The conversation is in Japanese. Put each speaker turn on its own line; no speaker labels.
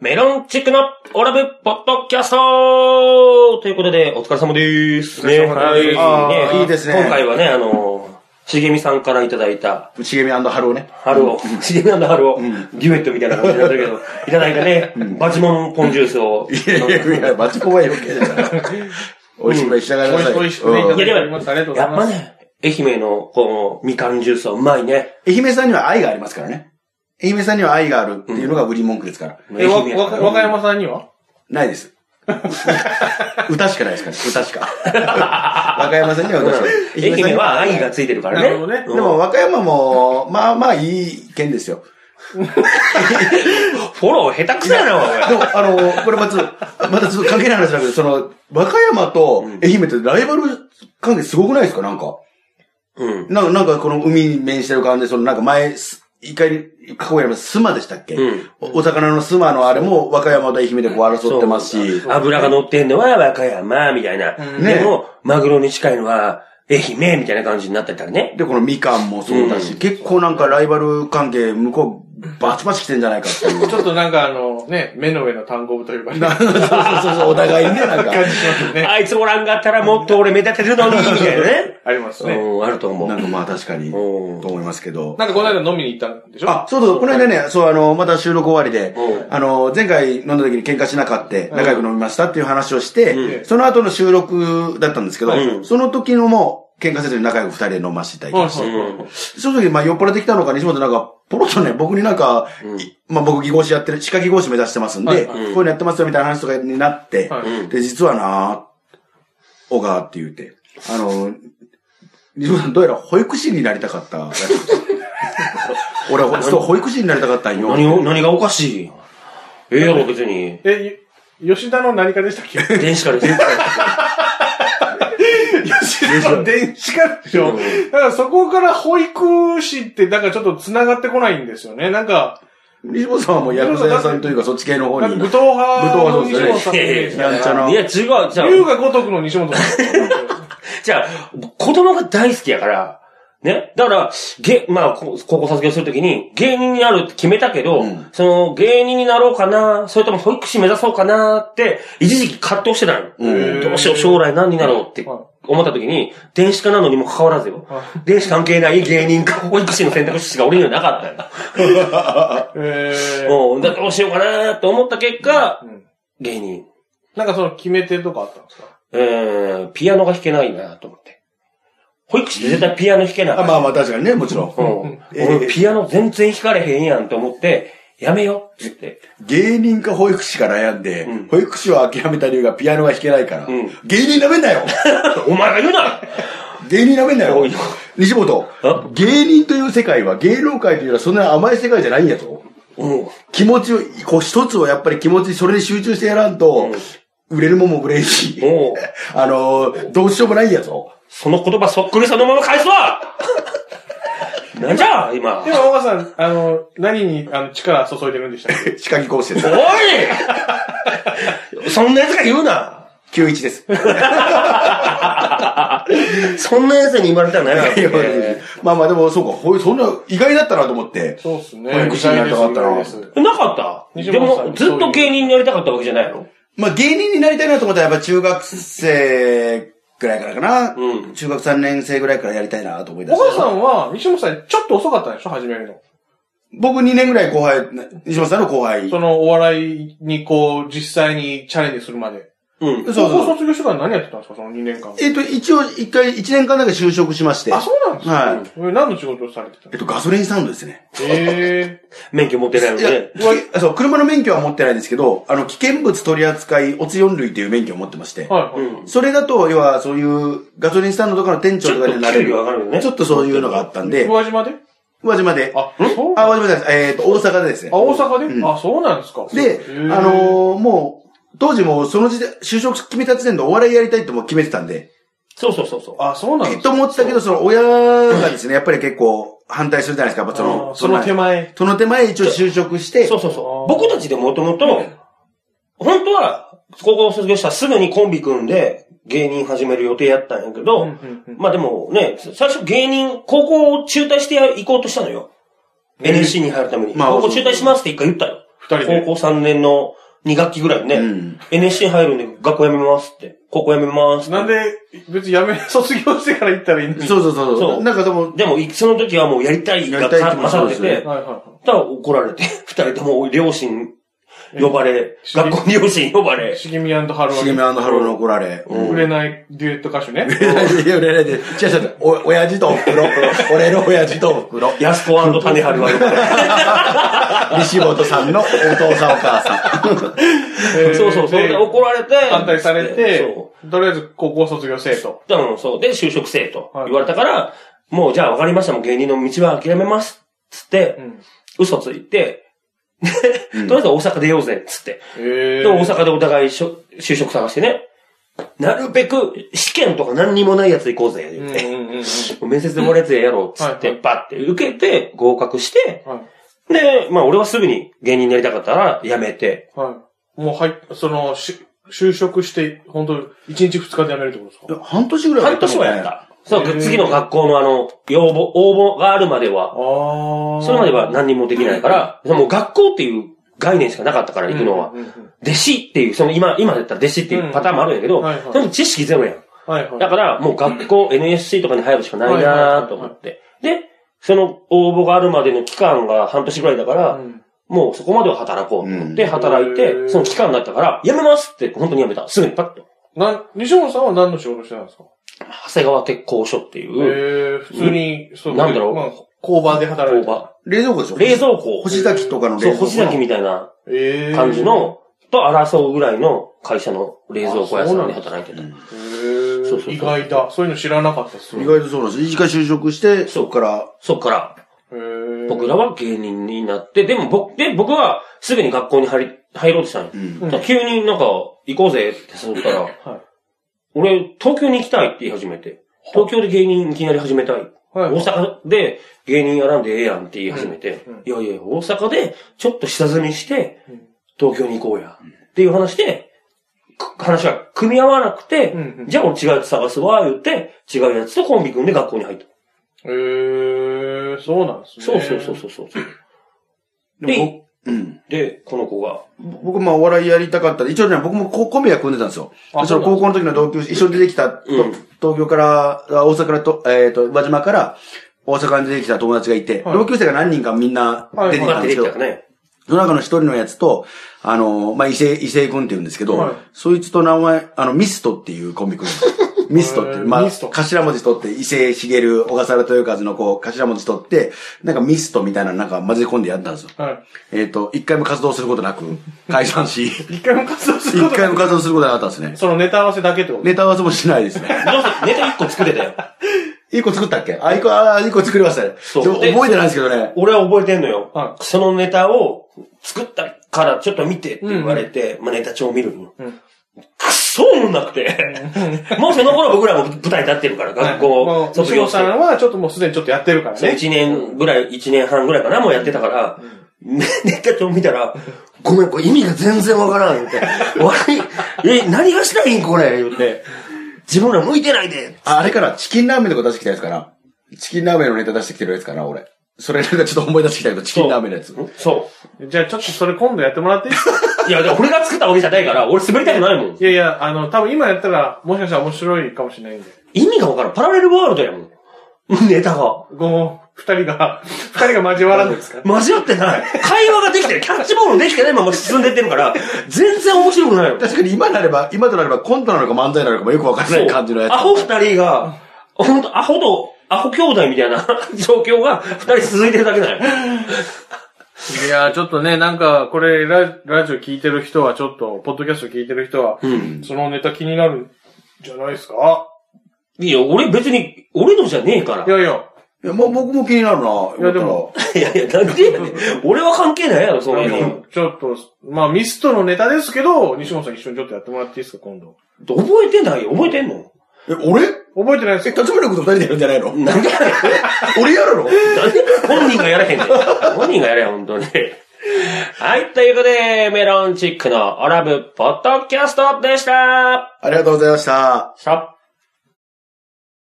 メロンチックのオラブポッドキャストということで、お疲れ様です。
お疲れ様です
は
あ
い。
ー
ね
いいですね
今回はね、あの、しげみさんからいただいた、
ちげみ春をね。
春を、しげみの春を、デュエットみたいな感じになってるけ ど、いただいたね、バチモンポンジュースを。
いやいやいや、バチコンは余計だから。美味しく召し上がりなさい。
美味しくね
いや
うん
あり
で
が
も
とうござい、ます
やっぱね、愛媛のこのみかんジュースはうまいね。
愛媛さんには愛がありますからね。愛媛さんには愛があるっていうのが売り文句ですから。
え、わ、わ、和歌
い。
山さんには
ないです。歌しかないですから、歌しか。 和歌山さんには歌しかない。
愛媛は愛がついてるからね。
なるほどね
でも、和歌山も、まあまあいい県ですよ。
フォロー下手くそやな、おい
でも、あの、これまず、またちょっと関係ない話だけど、その、和歌山と愛媛ってライバル関係すごくないですかなんか。
うん。
なんか、なんかこの海に面してる感じで、そのなんか前、す一回、過去やります、スマでしたっけ、
うん
おお魚のスマのあれも和歌山と愛媛でこう争ってますし、
油が乗ってんのは和歌山、みたいな。
うん
でも、マグロに近いのは愛媛、みたいな感じになってたりね。
で、このみかんもそうだし、結構なんかライバル関係、向こう、バチバチ来てんじゃないかっていう。
ちょっとなんかあの、ね、目の上の単語部というか、
な そうそうそうそう、お互いにね、なんか。
感じしますね。。
あいつおらんかったらもっと俺目立てるのに、みたいなね
あります ね。
うん、あると思
な
う。
んかまあ確かに、と
うん
思いますけど。
なんかこの間飲みに行ったんでしょ
あ、そうそう、この間ね、そう、あの、また収録終わりで
う、
あの、前回飲んだ時に喧嘩しなかって、仲良く飲みましたっていう話をして、
うん
その後の収録だったんですけど、
うん
その時のも、喧嘩せずに仲良く二人で飲ませていただき
はい
まし
は
て、
いはい
その時、まあ、酔っ払ってきたのか、西本なんか、ポロッとね、僕になんか、いまあ、僕、技工士やってる、歯科技工士目指してますんで、
はいは
こ
いう
いうのやってますよみたいな話とかになって、
はい
うん
で、実はな、小川って言って、あの、西本さん、どうやら保育士になりたかったらし いです。俺は、そう、保育士になりたかったんよ。
何を、何がおかしいええやろ、別 に。
え、ゆ吉田の何かでしたっ け
電子から電子から。
吉田の電子化でしょだからそこから保育士ってなんかちょっと繋がってこないんですよね。なんか、
西本さんはもうヤクザ屋さんというか、そっち系の方
なん
に
か。武闘派の西本さん
い
のイ
や
メー
い
ジ
や
やんちゃない
や、違う、じゃあ、
龍が如くの西本さん。
じゃあ、子供が大好きやから、ね。だから、げ、まあ、こ高校卒業するときに、芸人になるって決めたけど、
うん
その、芸人になろうかな、それとも保育士目指そうかなって、一時期葛藤してたのよ。
うん
へー
どうしよう、将来何になろうって
はい
思ったときに、電子化なのにも関わらずよ
は。
電子関係ない芸人か保育士の選択肢が俺にはなかったよ。
えー
うん、だからどうしようかなと思った結果、
うん
芸人。
なんかその決め手とかあったんですか
えー、ピアノが弾けないなと思って。保育士って絶対ピアノ弾けない。
あまあまあ、確かにね、もちろん。
うん。
え
俺ピアノ全然弾かれへんやんと思って、やめようって
芸人か保育士か悩んで、
うん
保育士を諦めた理由がピアノが弾けないから、
うん
芸人なめんなよ
言って。お前が言うな
芸人なめんな
お
よ
い
西本
あ、
芸人という世界は芸能界というのはそんな甘い世界じゃないんやと。
うん。
気持ちを、こう一つをやっぱり気持ち、それに集中してやらんと、売れるもんも売れんし、
おう
あのーどうしようもないんやぞ。
その言葉そっくりそのまま返すわ なんじゃ今。
でも、岡さん、あの、何にあの力注いでるんでしたっけ
歯科技講師です
お。い そんな奴が言うな
91です。
そんな奴に言われたらない わけ。
まあまあでもそうか、ほいそんな意外だったなと思って。
そうっすね。
保育士になりたかったな
意外です意外です
なかった
西
で
本さん
も、ずっと芸人になりたかったわけじゃないの
まあ芸人になりたいなと思ったらやっぱ中学生ぐらいからかな。
うん
中学3年生ぐらいからやりたいなと思い出し
お
て。
母さんは、西本さん、ちょっと遅かったんでしょ始めるの。
僕2年ぐらい後輩、西本さんの後輩。
その、お笑いにこう、実際にチャレンジするまで。
うん。
そう
高校
そう。
卒業してから何やってたんですかその2年間。
えっと、一応一回、1年間だけ就職しまして。
あ、そうなんですか。
はい
え何の仕事をされてた
えっと、ガソリンスタンドですね。
のえ
免許持ってないの
いや
で。、
きそう、車の免許は持ってないんですけど、あの、危険物取り扱い、オツ4類っていう免許を持ってまして。
え。はいは
う
い。
ん。
それだと、要は、そういう、ガソリンスタンドとかの店長とかにな
ちょっと給
れ
料上がるよね
ちょっとそういうのがあったんで
宇、和島で
宇和島で。
あ、そう
あ、
あ、
宇和島じゃないです。えっ、と、大阪でですね。
大阪
う
で
ん
あ、そうなんですか
で、あ、
へえ
のーもう、当時もうその時代、就職決めた時点でお笑いやりたいってもう決めてたんで、
そうそうそうそう。
あ、そうなん
え
で
っ
すか
と思ってたけど、その親がですね、やっぱり結構反対するじゃないですか、やっぱそ
あ
の、
ーその手前。
その手前一応就職して
そ、うそうそ
あ
う。
ー
僕たちでもともと、本当は、高校卒業したらすぐにコンビ組んで、芸人始める予定やったんやけど、
うんうんうん
まあでもね、最初芸人、高校を中退して行こうとしたのよ。
えー
NSC に入るために。
まあ
高校中退しますって一回言ったよ。
人
高
で。
校3年の2学期ぐらいにね、
うん。
NSC 入るんで学校辞めますって。高校辞めますって。
なんで、別にやめ、卒業してから行ったらいいんです
そうそうそう。
そう
なんかでも、
でも、その時はもうやりたい
や
が
りたいって
勝
ことですよ
ってて、
はいは
ただ怒られて、二人とも両親
い。
呼ばれ、学校に両親呼ばれ、
茂みハルワ
茂みあの春の怒られ。うん
売れないデュエット歌手ね。
いやいや、売れないで。違う違う。 お、親父とおふくろ。俺の親父とおふ くろ。
安子種春は呼ばれ。
西本さんのお父さんお母さ
え ー
そうそう、それ
で
で怒られて、
反対されて
そ、
とりあえず高校卒業生と。
う。だからそう。で、就職せえと
はい
言われたから、もうじゃあ分かりました、もう芸人の道は諦めます。つって、嘘ついて、 でとりあえず大阪出ようぜ、つって。
え
で、大阪でお互いしょ就職探してね。なるべく、試験とか何にもないやつ行こうぜ、
う
言
ん
っ
う
て。
んうんうん。
面接でもらえやつやろう、つっ
はい
て、
は
バッて受けて、合格して、
はい。
で、まあ俺はすぐに芸人になりたかったから、辞めて。
はい。もう、はい、その、し、就職して、本当一1日2日で辞めるってことですか
ん。半年ぐらい
半年はやっ。た。そ
へー
う、次の学校のあの、要望、応募があるまでは、
あ
それまでは何にもできないから、もう学校っていう概念しかなかったから行くのは、
うんうんうん
弟子っていう、その今、今だったら弟子っていうパターンもあるんやけ
うん
ど
はいはい、
でも知識ゼロやん。
はいはい。
だから、もう学校、NSC とかに入るしかないなと思って。で、その応募があるまでの期間が半年ぐらいだから、
うん
もうそこまでは働こうと思って
うん
働い
へー
て、その期間だったから、辞めますって本当に辞めた。すぐにパッと。
なん、西本さんは何の仕事してたんですか
長谷川鉄工所っていう、
えー、普通に、そう
なんだろう
まあ工場で働
工
いてた。
場。
冷蔵庫でしょ
冷蔵庫。
星崎とかの
そ
冷
う、
蔵庫の。
星崎みたいな
えー
感じ、の、と争うぐらいの会社の冷蔵庫屋さんで働いてた。
えー
そうそうそう
意外だ。そういうの知らなかったっす。
意外とそうなんです。一回就職して、そこから、
そっから、
えー
僕らは芸人になって、でも僕、で、僕はすぐに学校に入り、入ろうとしたのよ。
うん。
だから急になんか、行こうぜって誘ったら、
はい。
俺、東京に行きたいって言い始めて、東京で芸人いきなり始めたい。
は
大
い。
阪で芸人やらんでええやんって言い始めて、
うんうん
いやいや、大阪でちょっと下積みして
うん、
東京に行こうや。っていう話で、く話が組み合わなくて、
うんうん
じゃあ俺違うやつ探すわ、言って、違うやつとコンビ組んで学校に入った。
えー、そうなんですね。
そうそうそうそうそう。
で
で
も僕、うん。
で、この子が、
僕、まあ、お笑いやりたかったら、一応ね、僕もココンビは組んでたんですよ。
あ
その高校の時の同級生、一緒に出てきた、と
うん
東京から、あ大阪からと、えっ、と、輪島から、大阪に出てきた友達がいて、
はい
同級生が何人かみんな出てきた
ま
ん
あ
で
出て
すけ
きた
ど、
からね。
その中の一人のやつと、あの、まあ、伊勢、伊勢君って言うんですけど、
はい
そいつと名前、あの、ミストっていうコンビ組ん でるミストって、
へー
まあ
ミスト、
頭文字取って、伊勢茂、小笠原豊和のこう、頭文字取って、なんかミストみたいなのなんか混ぜ込んでやったんですよ。
は
えっ、と、一回も活動することなく、解散し、
い。一回も活動する
一
こと
回
が
も活動することなかったですね。
そのネタ合わせだけってこと
ネタ合わせもしないですね。
どうせネタ1個作れたよ。
一個作ったっけあ、一個、あ、一個作りましたね。
そう
でも覚え
で
てないんですけどね。
俺は覚えてんのよ。
は
そのネタを作ったからちょっと見てって言われて、まあネタ帳を見るの。
うん
くっそもんなくて。もうその頃僕らも舞台立ってるから、学
も
校
う、
卒
卒
業
業
して
さ。んはちょっともうすでにちょっとやってるから
そう
ね。
一年ぐらい、一年半ぐらいかな、もうやってたから、ネタ帳見たら、ごめん、これ意味が全然わからん、って。悪い、え、何がしたいんこれ、言って。自分ら向いてないで。
ああれから、チキンラーメンとか出してきたやつかな。チキンラーメンのネタ出してきてるやつかな、俺。それなんかちょっと思い出してきたけど、チキンラーメンのやつ。
んそ
じゃあちょっとそれ今度やってもらっていいですか
う。いや、でも俺が作ったわけじゃないから、俺滑りたくないもん
い。やいや、あの、多分今やったら、もしかしたら面白いかもしれないんで。
意味がわからん。パラレルワールドやもん。ネタが。
ご、二人が、二人が交わらんですか
交わってない。会話ができてる。キャッチボールできてないまま進んでってるから、全然面白くないよ。
確かに今なれば、今となればコントなのか漫才なのかもよくわからない感じのやつ。
アホ二人が、ほんと、アホと、アホ兄弟みたい な状況が二人続いてるだけだよ。
いや、ちょっとね、なんか、これラ、ラジオ聞いてる人は、ちょっと、ポッドキャスト聞いてる人は、
ん
そのネタ気になるんじゃないですか
いや、俺別に、俺のじゃねえから
い。やいや、
いや、もう僕も気になるな。い
いやでも。
いやいや、なんでやねん俺は関係ないやろ、そんな
なん
の。
かちょっと、まあ、ミストのネタですけど、西本さん一緒にちょっとやってもらっていいですか、今度。
覚えてないよ、覚えてんの
え、俺
覚えてないです
え、
か
辰村君と二人でやるんじゃないの
なんでやねん
俺やるの
なんで本人がやらへんねん。本人がやれへん、本当に。はい、ということで、メロンチックのオラブポッドキャストでした
ありがとうございました。
さっ